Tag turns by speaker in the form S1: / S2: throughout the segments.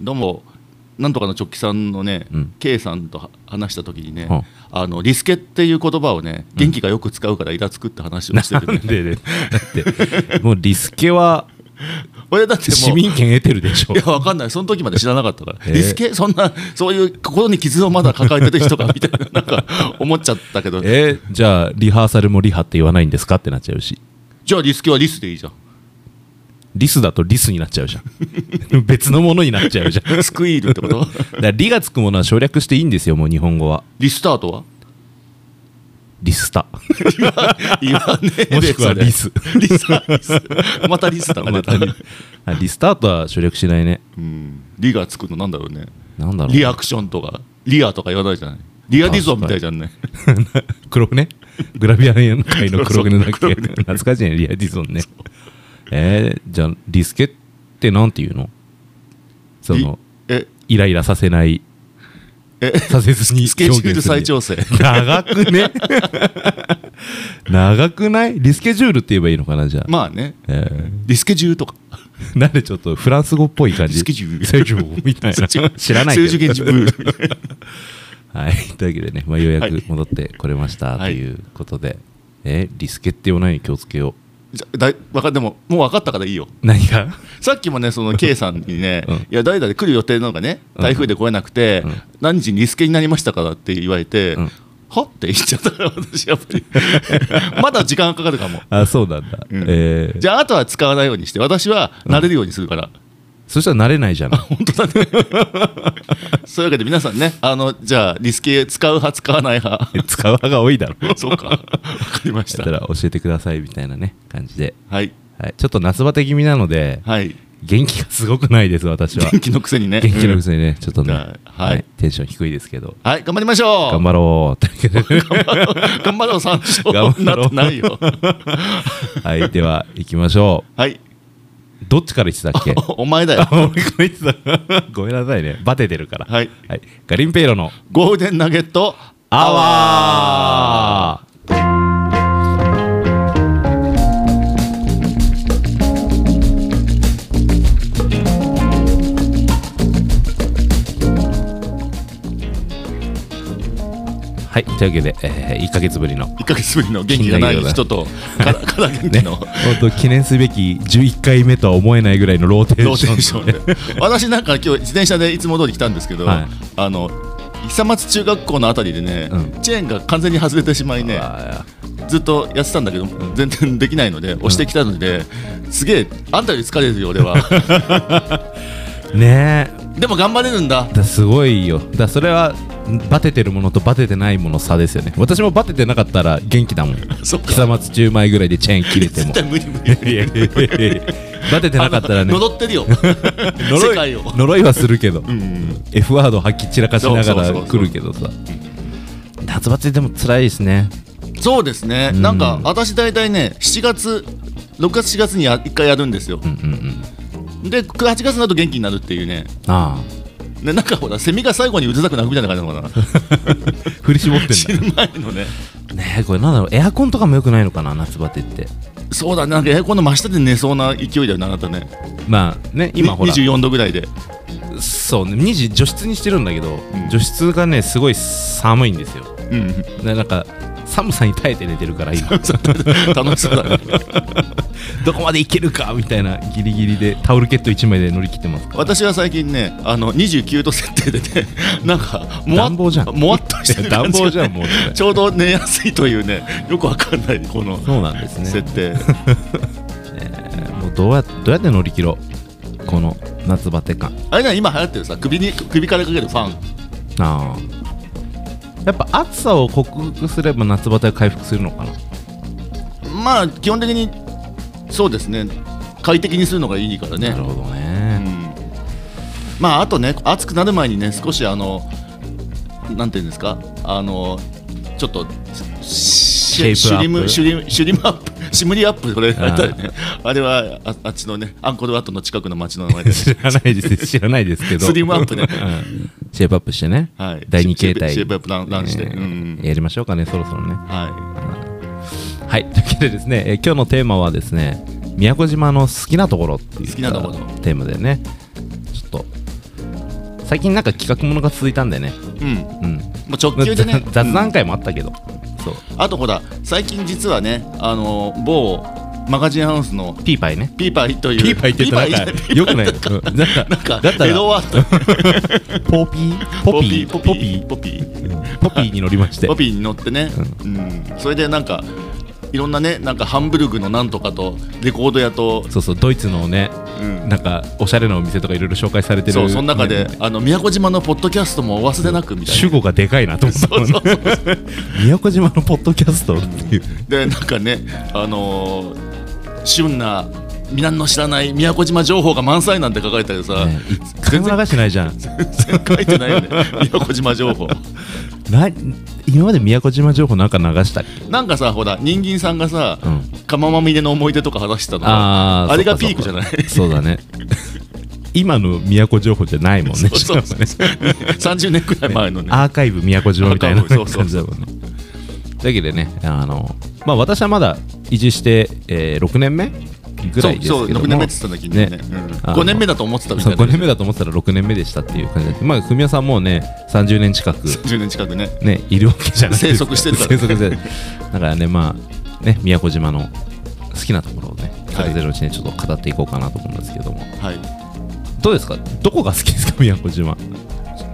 S1: どうもなんとかの直帰さんのね、
S2: うん
S1: K さんとは話した時にね、
S2: は
S1: あのリスケっていう言葉をね元気がよく使うからイラつくって話をして
S2: なん
S1: る、 ね、
S2: でねだってもうリスケは
S1: 俺だってもう
S2: 市民権得てるでしょ
S1: いやわかんないその時まで知らなかったから、
S2: えー
S1: リスケそんなそういう心に傷をまだ抱えてる人がみたいな なんか思っちゃったけど
S2: えーじゃあリハーサルもリハって言わないんですかってなっちゃうし
S1: じゃあリスケはリスでいいじゃん
S2: リスだとリスになっちゃうじゃ ん別のものになっちゃうじゃん
S1: スクイールってこと
S2: だからリがつくものは省略していいんですよもう日本語は
S1: リスタートは
S2: リスタ
S1: 言わねえで
S2: もしくは
S1: それ
S2: リス
S1: リスリスまたリスだ
S2: またリあリスタートは省略しないね
S1: うんリがつくのなんだろうね
S2: なんだろう
S1: リアクションとかリアとか言わないじゃないリアディゾンみたいじゃんね
S2: 黒くねグラビア界の黒船だっ
S1: そう
S2: け
S1: 黒船
S2: 懐かしいねリア・ディゾンねえー、じゃあリスケってなんて言うのその
S1: リえ
S2: イライラさせない
S1: え
S2: させずに
S1: スケジュ
S2: 表
S1: ール
S2: 現する
S1: 再調整
S2: 長くね 長くないリスケジュールって言えばいいのかなじゃあ、
S1: まあね
S2: えー
S1: リスケジュールとか
S2: なんでちょっとフランス語っぽい感じ
S1: リスケジュール
S2: セジュー みたいな知らないけど
S1: 政治現実ブー
S2: はい、というわけでね、まあ、ようや
S1: はい
S2: く戻ってこれましたと
S1: はい
S2: いうことで、えリスケって言わないように気をつけよ
S1: じゃだいわかでももう分かったからいいよ
S2: う何が
S1: さっきもねその K さんにね、
S2: うん
S1: いや代々来る予定なのがね
S2: うん
S1: 台風で来れなくて、
S2: うん
S1: 何時にリスケになりましたからって言われて、
S2: うん
S1: はって言っちゃったから私やっぱり まだ時間がかかるかも、
S2: あそうなんだ、
S1: うん
S2: えー
S1: じゃああとは使わないようにして私は慣れるようにするから、
S2: そしたら慣れないじゃん
S1: 本当だね そういうわけで皆さんねあのじゃあリスケ使う派 使わない派
S2: 使う派が多いだろ
S1: そうかわかりまし
S2: だ
S1: た
S2: ったら教えてくださいみたいなね感じで、
S1: はい
S2: はい、ちょっと夏バテ気味なので、
S1: はい
S2: 元気がすごくないです私は
S1: 元気のくせにね
S2: 元気のく
S1: に、
S2: せにねちょっとね、
S1: はい
S2: テンション低いですけど
S1: うんはい頑張りましょう
S2: 頑張ろうというわけで
S1: 頑張ろう三勝
S2: 頑張ろう
S1: なってないよ
S2: はいでは行きましょ
S1: はい、
S2: うどっちから言ってたっ け
S1: お前だよ
S2: あ俺から言ってた ごめんなさいねバテてるから
S1: はい、
S2: はい、ガリンペイロの
S1: ゴールデンナゲット
S2: アワーはい、というわけで、え1か月ぶりの、
S1: 1か月ぶりの元気がない人とからから元気
S2: ね、
S1: の
S2: 本当記念すべき11回目とは思えないぐらいのローテ
S1: ロ
S2: ー
S1: ーテ
S2: ション
S1: ーションで私なんか今日自転車でいつも通り来たんですけど、
S2: はい
S1: あの久松中学校のあたりでね、
S2: うん
S1: チェーンが完全に外れてしまいね
S2: あ
S1: ずっとやってたんだけど全然できないので押してきたので、すげえあんたより疲れるよ俺は
S2: ーねえ
S1: でも頑張れるんだ
S2: だすごいよだそれはバテてるものとバテてないもの差ですよね私もバテてなかったら元気 だもん
S1: そっか
S2: 久松10枚ぐらいでチェーン切 れても
S1: 絶対無理無理
S2: いやいやいやいやバテてなかったらね
S1: 呪ってる よ世
S2: 呪
S1: 界
S2: い
S1: を
S2: 呪いはするけど、
S1: うん
S2: F ワード吐き散らかしなが
S1: そうそう
S2: ら
S1: そう
S2: 来
S1: そう
S2: るけどさ夏バテでも辛いですね
S1: そうですね、
S2: うん
S1: なんか私大体ね7月6月4月にや1回やるんですよ
S2: うんうんうん
S1: で9 8月になると元気になるっていうね
S2: あ
S1: でなんかほらセミが最後にうずたく鳴くみたいな感じなのかな
S2: あ振り絞ってん
S1: 死
S2: だ
S1: ぬ前のね
S2: ねえこれなんだろうエアコンとかも良くないのかな夏バテって
S1: そうだねなんかエアコンの真下で寝そうな勢いだよねあなたね
S2: まあね今
S1: に
S2: ほら
S1: 24度ぐらいで
S2: そうね2時除湿にしてるんだけど、
S1: ん
S2: 除湿がねすごい寒いんですよ
S1: うん
S2: でなんか寒さに耐えて寝てるから 今
S1: 楽しそうだね
S2: どこまでいけるかみたいなギリギリでタオルケット1枚で乗り切ってますから
S1: 私は最近ねあの29度設定でね なんかもわ
S2: 暖房じゃん
S1: もわっとしてる
S2: 暖
S1: 感じが
S2: 房じゃんもうそれ
S1: ちょうど寝やすいというねよくわかんないこの
S2: そうなんですね
S1: 設定、
S2: もうどうやどうやって乗り切ろうこの夏バテ感
S1: あれね今流行ってるさ首に首からかけるファン
S2: ああやっぱ暑さを克服すれば夏バテは回復するのかな
S1: まあ基本的にそうですね快適にするのがいいからね
S2: なるほど
S1: う
S2: ね、
S1: んまああとね暑くなる前にね少しあのなんていうんですかあのちょっとシ
S2: ェイプ
S1: シュリ
S2: アッ
S1: ム
S2: プ
S1: シュリムシュリムアッ プシムリアップこれ
S2: あー
S1: あれ,、ね、あれはああっちのねアンコールワットの近くの町の名前です
S2: 知ら ないです知らないですけど
S1: スリムアップね
S2: うんシェイプアップしてね、
S1: はい
S2: 第2形態
S1: シェイプアップランランして
S2: えー
S1: うんうん
S2: やりましょうかねそろそろね
S1: は
S2: はい、というわけでですね、えー今日のテーマはですね、宮古島の好きなところっていうか
S1: 好きなところ
S2: テーマでね、ちょっと最近なんか企画ものが続いたんだよね
S1: うん
S2: うん
S1: もう直球でね
S2: 雑
S1: うん
S2: 談会もあったけど、そう
S1: あとほら最近実はねあの某マガジンハウスの
S2: ピーパイね
S1: ピーパイという
S2: ピーパイって言ったらなんかよくないうんなんか
S1: なんか
S2: だった
S1: エ
S2: ら
S1: ドワード
S2: ポピーポピー
S1: ポ
S2: ポ
S1: ピ
S2: ピ
S1: ー
S2: ー
S1: ポピー
S2: ポピーに乗りまして
S1: ポピーに乗ってね、うん、それでなんかいろんなねなんかハンブルグのなんとかとレコード屋と、
S2: そうそうドイツのね
S1: うん
S2: なんかおしゃれなお店とかいろいろ紹介されてる
S1: そうその中で、
S2: ね
S1: あの宮古島のポッドキャストもお忘れなくみたい
S2: 主語がでかいなと思ったもんね宮古島のポッドキャストっていう
S1: なでなんかねあのー、旬な皆の知らない宮古島情報が満載なんて書かれたりさ、
S2: ね一回も流してないじゃん
S1: 全然書いてないよね宮古島情報
S2: な今まで宮古島情報なんか流したっけ
S1: なんかさほら人間さんがさ、
S2: うん
S1: 釜まみれの思い出とか話してたの
S2: あー
S1: れが
S2: そ
S1: ピ
S2: っ
S1: ーク
S2: か
S1: じ
S2: そ
S1: ゃ
S2: っ
S1: ない
S2: かそうだね今の宮古情報じゃないもんね
S1: そうそう そう
S2: しかもね
S1: 30年くらい前のね
S2: アーカイブ宮古島みたいな
S1: アーカイブそうそう
S2: 感じだもんねというわけでねあの、まあ、私はまだ移住して、えー6年目ぐらいですけど
S1: そう
S2: も
S1: そう6年目って言ってたんだけどねうん
S2: あの
S1: 5年目だと思ってたみた
S2: そう
S1: いな
S2: 5年目だと思ってたら6年目でしたっていう感じでまあ文雄さんもうね30年近く
S1: 10年近くね
S2: ねいるわけじゃないです
S1: 生息してるから
S2: 生息してるだからねまあね宮古島の好きなところをねそれぞれのうちねちょっと語っていこうかなと思うんですけども、
S1: はい
S2: どうですかどこが好きですか宮古島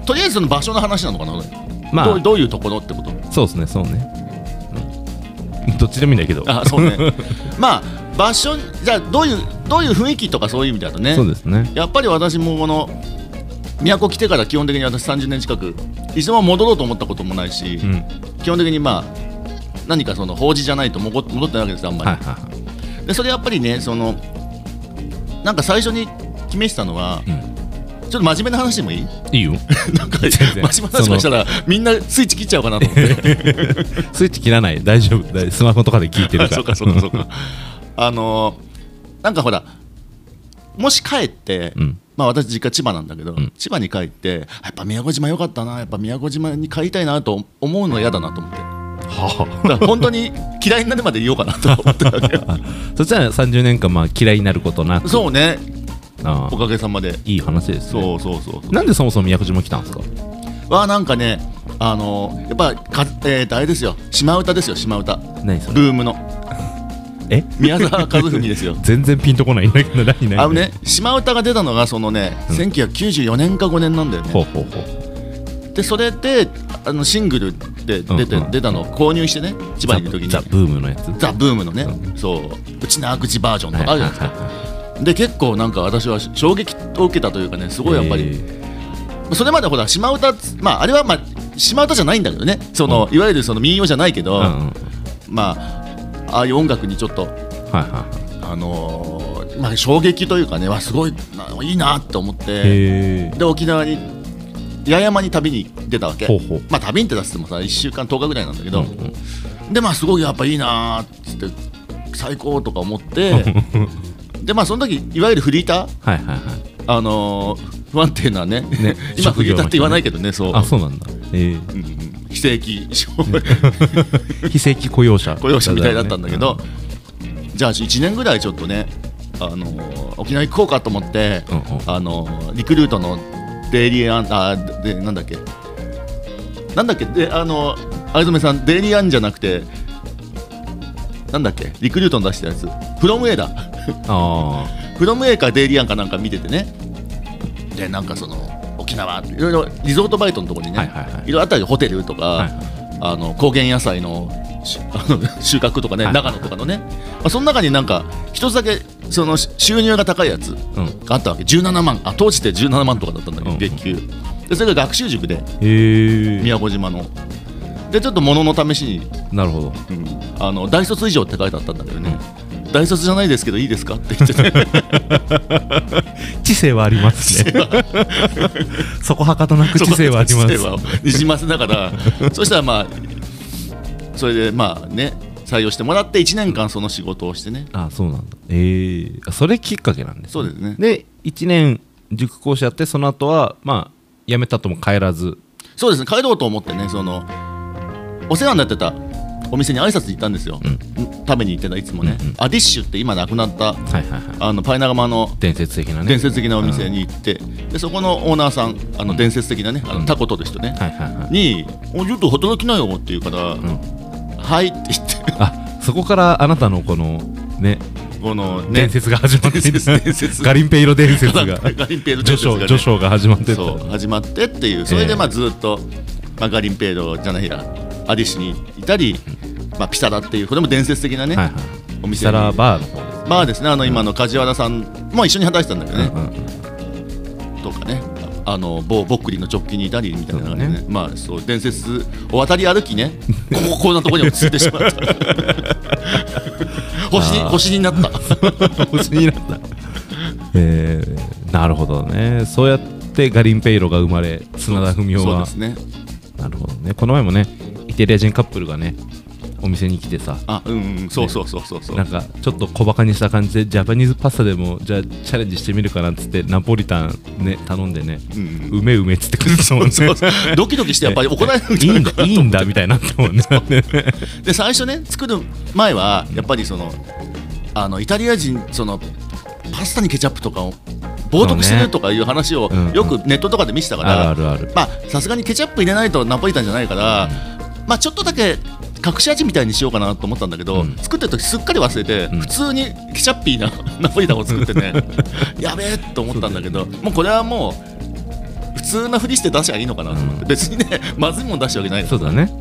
S1: とりあえずその場所の話なのかなこれ
S2: ま
S1: どう
S2: あ
S1: どういうところってこと
S2: そうですねそうね、うんどっちでもいいんだけど
S1: あそう ねまあ場所じゃあどういうどういう雰囲気とかそういう意味だとね
S2: そうですね
S1: やっぱり私もこの都来てから基本的に私30年近く一度も戻ろうと思ったこともないし、
S2: うん
S1: 基本的にまあ何かその法事じゃないともこ戻ってないわけですよあんまり、
S2: はいはいはい
S1: でそれやっぱりねそのなんか最初に決めてたのは、
S2: うん
S1: ちょっと真面目な話でもいい
S2: いいよ
S1: なんか
S2: 全
S1: 真面目
S2: 然
S1: な話もしたらみんなスイッチ切っちゃうかなと思 って
S2: スイッチ切らない大丈夫大スマホとかで聞いてる
S1: あ
S2: から
S1: そうかそうかそうかあのーなんかほらもし帰って、
S2: うん
S1: まあ、私実家千葉なんだけど、
S2: ん
S1: 千葉に帰ってあやっぱ宮古島良かったなやっぱ宮古島に帰りたいなと思うの嫌だなと思って
S2: は
S1: だから本当に嫌いになるまでいようかなと思ってた わけよ
S2: あそしたら30年間まあ嫌いになることなく
S1: そうね
S2: ああ
S1: おかげさまで
S2: いい話ですね
S1: そうそうそうそう
S2: なんでそもそも宮古島来たんですか
S1: はなんかねあのーやっぱか、えーとあれですよ島唄ですよ島唄
S2: 何それ
S1: ブームの
S2: え
S1: 宮沢和文です よ
S2: 全然ピンとこないんだけど何何
S1: あのね島唄が出たのがそのね、
S2: うん
S1: 1994年か5年なんだよね
S2: ほうほうほう
S1: でそれであのシングルで出て、
S2: うんうん
S1: 出たのを購入してね千葉にいる時に
S2: ザ・
S1: ザ・
S2: ブームのやつ
S1: ブームのね、
S2: う
S1: そううちなあくじバージョンと
S2: はい
S1: かあるじゃないですか、
S2: はいはい
S1: で結構なんか私は衝撃を受けたというかねすごいやっぱり、
S2: え
S1: それまでほら島唄つまああれはまあ島唄じゃないんだけどねその、いわゆるその民謡じゃないけど、
S2: ーうんうん
S1: まあああいう音楽にちょっと
S2: はいはいはい
S1: あのーまあ衝撃というかねわすごいないいなって思って
S2: へ
S1: で沖縄に八重山に旅に出たわけ
S2: ほうほう
S1: まあ旅に出たっつってもさ1週間10日ぐらいなんだけ
S2: えう
S1: ど、
S2: んうん
S1: でまあすごいやっぱいいなーっつって最高とか思 ってでまあその時いわゆるフリーター
S2: はいはいはい
S1: あのー不安定なね
S2: ね
S1: 今フ
S2: 職
S1: リ
S2: 業
S1: ータ
S2: の人ね
S1: ーって言わないけどねそう
S2: あそうなんだええ
S1: うんうん非正規
S2: 非正規雇用者
S1: 雇用者みたいだったんだけど
S2: う
S1: じゃあ1年ぐらいちょっとねあのー沖縄行こうかと思って
S2: うんうん
S1: あのーリクルートのデイリーアンあーでなんだっけなんだっけであのー藍染さんデイリーアンじゃなくてなんだっけリクルートの出したやつフロムウェイだ
S2: あ
S1: フロムウェイかデイリーアンかなんか見ててねでなんかその沖縄いろいろリゾートバイトのところにね、
S2: はいいはいはい
S1: ろいろあったりホテルとか、
S2: はい
S1: あの高原野菜のし あの収穫とかね、
S2: はい
S1: 長野とかのね、まあ、その中になんか一つだけそのし収入が高いやつ
S2: あうん
S1: があったわけ17万あ当時って17万とかだったんだけど、
S2: うん
S1: 月給でそれが学習塾で
S2: へえ
S1: 宮古島のでちょっと物の試しに、
S2: なるほど
S1: うんあの大卒以上って書いてあったんだけどね、大卒じゃないですけどいいですかって言ってて
S2: 知性はありますね そこはかとなく知性はありま
S1: 知
S2: す
S1: 性はにじませなが らそしたらまあそれでまあね採用してもらって1年間その仕事をしてね
S2: あそうなんだえーあそれきっかけなんです
S1: そうですね
S2: で1年塾講師やってその後はまあ辞めたとも帰らず
S1: そうですね帰ろうと思ってねそのお世話になってたお店に挨拶行ったんですよ、
S2: うん
S1: 食べに行ってたいつもね、
S2: うんうん
S1: アディッシュって今なくなった
S2: はいはいはい
S1: あのパイナガマの
S2: 伝説的なね
S1: 伝説的なお店に行って、でそこのオーナーさんあの伝説的なね、あ
S2: うん
S1: のタコとですよね、
S2: はいはいはい
S1: に「おちょっと働きなよ」って言うから「
S2: ん
S1: はい」って言って
S2: あそこからあなたのこのね
S1: このね
S2: 伝説が始まって
S1: 伝説伝説
S2: ガリンペイロ伝説
S1: ガ
S2: が
S1: リガリンペイロ伝
S2: 序
S1: 説が
S2: 章
S1: ね
S2: 序章が始まってった
S1: そう始まってっていうそれ
S2: ええ
S1: でまあずっと、まあ、ガリンペイロじゃないやアディッシュにいたり、まあ、ピサラっていうこれも伝説的なね、
S2: はいはい
S1: お店
S2: サラバーの方
S1: まあですねあの今の梶原さんも一緒に働いてたんだけどね、
S2: うん うん
S1: とかねあの某ボックリの直近にいたりみたいな、ね
S2: そうだね
S1: まあそう伝説を渡り歩きねこここんなところに移ってしま った星
S2: あー
S1: 星になった
S2: 星になった、えー、なるほどねそうやってガリンペイロが生まれ砂田文雄
S1: そう
S2: は
S1: ですね
S2: なるほどねこの前もねイタリア人カップルがねお店に来てさ
S1: あうんうんそうそうそうそうそう、
S2: なんかちょっと小バカにした感じでジャパニーズパスタでもじゃあチャレンジしてみるかなっつってナポリタンね頼んでね、
S1: う
S2: うんめうめっつってくると思うね
S1: そうそうドキドキしてやっぱり怒られるん
S2: い
S1: じゃ
S2: い
S1: なんいか
S2: だいいんだみたいになったもんね
S1: で最初ね作る前はやっぱりそのあのイタリア人そのパスタにケチャップとかを冒涜してるとかいう話を
S2: うんうん
S1: よくネットとかで見せたか
S2: あ
S1: ら
S2: るあるある
S1: まあさすがにケチャップ入れないとナポリタンじゃないからまあちょっとだけ隠し味みたいにしようかなと思ったんだけど、
S2: うん
S1: 作ってる時すっかり忘れて、
S2: ん
S1: 普通にケチャッピーな ナポリタンを作って ねやべえと思ったんだけどもうこれはもう普通なふりして出しゃいいのかなと思って、別にねまずいもん出してわけないから
S2: そうだね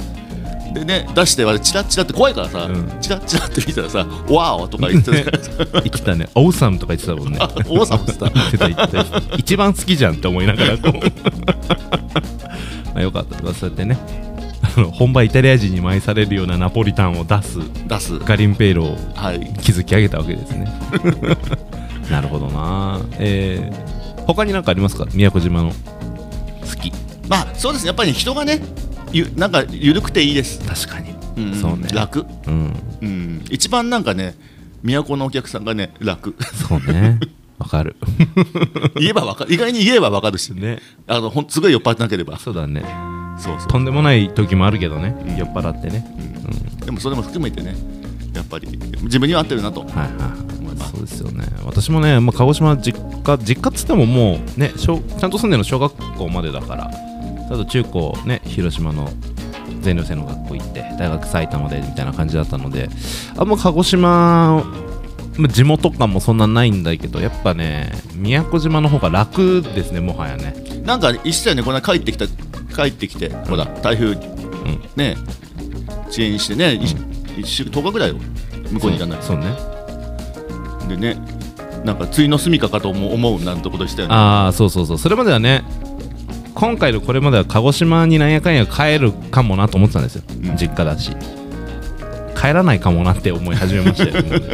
S1: でね出してはチラッチラって怖いからさ、
S2: うん
S1: チラッチラって見たらさ「ワオ!」とか言ってたじゃん
S2: 生きた ねオーサムとか言ってた もんね
S1: あ王様ってさ
S2: 言ってた言ってた一番好きじゃんって思いながらこう まあよかったとかそうやってねあの本場イタリア人にも愛されるようなナポリタンを出す
S1: 出す
S2: ガリンペイロを
S1: はい
S2: 築き上げたわけですね なるほどなえー、他になんかありますか宮古島の好き
S1: まあそうですねやっぱりね人がねゆなんか緩くていいです、
S2: 確かに、
S1: ん
S2: そうね
S1: 楽、
S2: うん
S1: うん、一番なんかね都のお客さんがね楽
S2: そう ねわかる
S1: 言えばわか意外に言えばわかるしね
S2: ね
S1: あのほんすごい酔っ払ってなければ
S2: そうだね
S1: そうそ
S2: とんでもない時もあるけどね、
S1: ん
S2: 酔っ払ってね、
S1: うでもそれも含めてねやっぱり自分には合ってるなと
S2: はい
S1: 思
S2: はいい
S1: ます
S2: そうですよね私もね、まあ、鹿児島実家実家っつってももうね小ちゃんと住んでるの小学校までだからあと中高ね広島の全寮制の学校行って大学埼玉でみたいな感じだったのであんま鹿児島まあ地元感もそんなないんだけどやっぱね宮古島の方が楽ですねもはやね
S1: なんか一緒だよねこの間帰ってきた帰ってきてほら台風、ね遅延してね、一一週10日ぐらいを向こうにいらない
S2: そうそうね
S1: でねなんか梅雨の住みかかとも思うなんてことしたよね
S2: ああそうそうそうそれまではね今回のこれまでは鹿児島になんやかんや帰るかもなと思ってたんですよ、
S1: ん
S2: 実家だし帰らないかもなって思い始めましたよも うね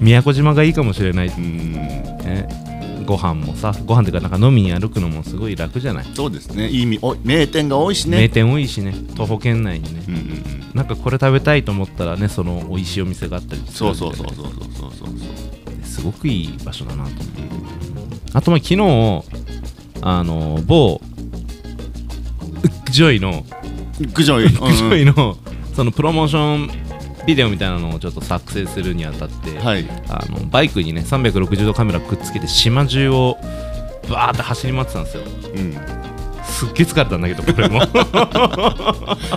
S2: 宮古島がいいかもしれない、
S1: うーん
S2: ね、ご飯もさご飯っていうかなんか飲みに歩くのもすごい楽じゃない、
S1: そうですねいい意味お名店が多いし
S2: 名
S1: ね
S2: 店多いしね徒歩圏内にね、
S1: うんうんうん
S2: なんかこれ食べたいと思ったらねその美味しいお店があったりする
S1: そ
S2: わ
S1: う
S2: けじゃ
S1: そ
S2: な
S1: う
S2: い
S1: そうそうそうそうそう
S2: すごくいい場所だなと思う、あとまあ昨日あの某ジョイの
S1: グ ジョイ、
S2: ジョ
S1: うん
S2: イのそのプロモーションビデオみたいなのをちょっと作成するにあたって、
S1: うん、はい
S2: あのバイクにね360度カメラくっつけて島中をバーって走り回ってたんですよ
S1: うん
S2: すっげえ疲れたんだけどこ れも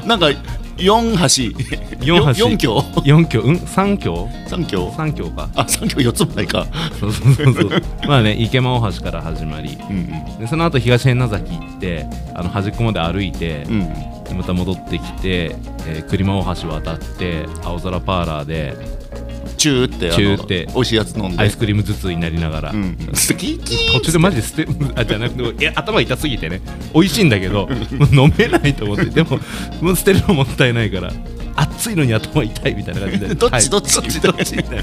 S1: なんか四橋
S2: 四橋
S1: 四橋
S2: 4強うん3強
S1: 三橋
S2: 3強か
S1: あ三橋四つもないか
S2: そうそうそうそう まあね池間大橋から始まり
S1: うん
S2: でその後東辺名崎行ってあの端っこまで歩いて、
S1: うんうん
S2: でまた戻ってきて、えー、車大橋渡って青空パーラーで
S1: チューってあの
S2: チューって
S1: 美味しいやつ飲んで
S2: アイスクリーム頭痛になりながら、
S1: うん、好き
S2: 途中でマジで捨て あじゃなくていや頭痛すぎ てね美味しいんだけどもう飲めないと思ってでももう捨てるのもったいないから暑いのに頭痛いみたいな感じで
S1: どっち
S2: はい
S1: どっち
S2: どっちどっちみたいな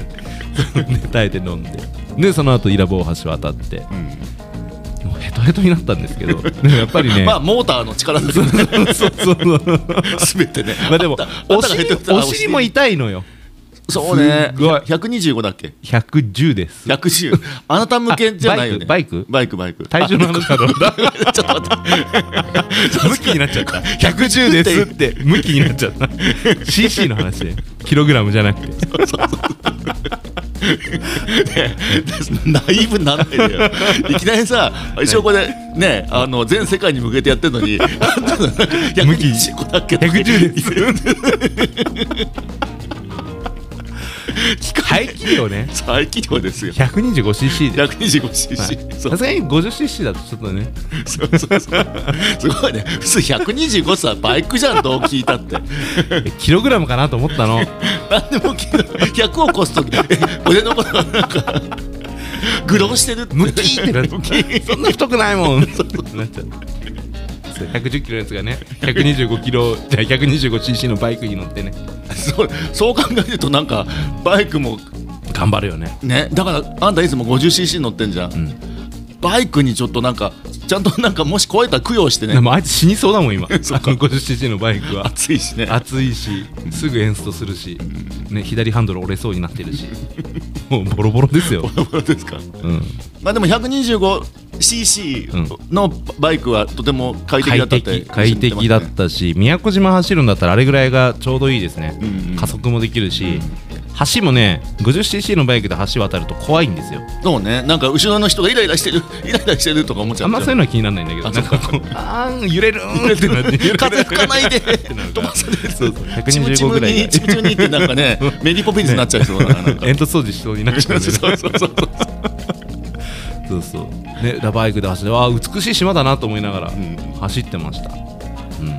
S2: で耐えて飲んででその後イラボ大橋渡ってもうヘトヘトになったんですけどでもやっぱりね
S1: まあモーターの力 だけどね
S2: そうそうそう
S1: 全てね
S2: まあでも
S1: あったあった
S2: お
S1: が減っ
S2: 尻
S1: てた
S2: お尻も痛いのよ
S1: そうね
S2: すごい
S1: 125だっけ
S2: 110です
S1: 110あなた向けじゃないよね
S2: あバイク
S1: バイクバイク
S2: 体重の話かと思った
S1: あ ちょっと待って
S2: 向きになっちゃった110ですって向きになっちゃった CC の話でキログラムじゃなくて
S1: ナイブになんないでよいきなりさ一応これねあの全世界に向けてやってるのに
S2: 向き
S1: 110個だっけ
S2: 110です 排気量ね
S1: 最近量ですよ
S2: 125cc で
S1: 125cc、
S2: はい
S1: そ
S2: さ
S1: う
S2: すがに 50cc だとちょっとね
S1: そうそうそうすごいね普通125さバイクじゃんどう聞いたって
S2: えキログラムかなと思ったの
S1: 何でも聞いた100を超す時え俺のことはなんか愚弄してるって
S2: ムキーってなってそんな太くないもん なっちゃうそう110キロのやつがね125キロじゃあ 125cc のバイクに乗ってね
S1: そうそう考えるとなんかバイクも
S2: 頑張るよね
S1: ねだからあんたいつも 50cc 乗ってんじゃん、
S2: ん
S1: バイクにちょっとなんかちゃんとなんかもし超えたら供養して
S2: で
S1: ね
S2: もあいつ死にそうだもん今あ の
S1: そっか
S2: 50cc のバ イクは
S1: 暑いしね
S2: 熱いしすぐエンストするし、ね、左ハンドル折れそうになってるしもうボロボロで すよ、
S1: どうですか
S2: うん、
S1: まあでも 125cc のバイクはとても快適だ
S2: 快
S1: ったって
S2: 適快適だったし宮古島走るんだったらあれぐらいがちょうどいいですね、
S1: うんうん
S2: 加速もできるし、橋もね 50cc のバイクで橋渡ると怖いんですよ
S1: そうねなんか後ろの人がイライラしてる イライラしてるとか思っちゃ
S2: あ
S1: うん
S2: まそういうのは気にならないんだけど
S1: あ
S2: なんかこうあーん揺れるーんってな って
S1: 風吹かないで
S2: る
S1: 飛ばされる
S2: そうそう
S1: チムチ
S2: 125
S1: ム
S2: ぐらい
S1: に
S2: が
S1: チムチムにってなんか ねメリーポピンズになっちゃいそうだななんか
S2: 煙突掃除しそうになっち
S1: そうう
S2: ゃ
S1: ん
S2: だよね
S1: そうそうそう
S2: そうそうねラバイクで走ってわあ美しい島だなと思いながら走ってました、うん、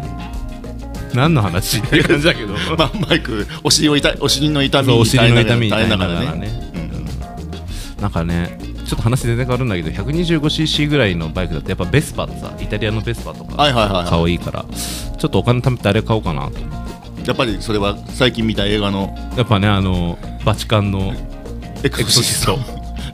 S2: 何の話っていう感じ だけど
S1: まあマイクお尻を痛いお尻の痛み
S2: そうお尻の痛み
S1: 耐えなが
S2: 耐え
S1: ら
S2: ながら
S1: ね
S2: ねなんかねちょっと話全然変わるんだけど 125cc ぐらいのバイクだとやっぱベスパってさイタリアのベスパとか
S1: はいはいはいはい
S2: 顔いいからちょっとお金貯めてあれ買おうかなと
S1: やっぱりそれは最近見た映画の
S2: やっぱねあのバチカンの
S1: エクソシスト
S2: エ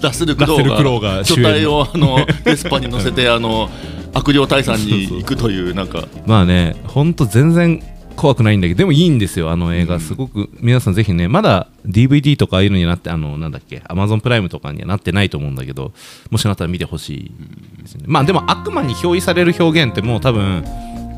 S2: ク
S1: ラッセル・クロ
S2: ラッセルクロウ
S1: ウ
S2: が
S1: が
S2: 主
S1: 巨
S2: 演の
S1: 体をあの エスパに乗せてあの悪霊退散に行くというなんか
S2: まあねほんと全然怖くないんだけどでもいいんですよあの映画、すごく皆さんぜひねまだ DVD とかああいうのになってあのなんだっけ Amazon プライムとかにはなってないと思うんだけどもしあなったら見てほしいですよね、まあでも悪魔に憑依される表現ってもう多分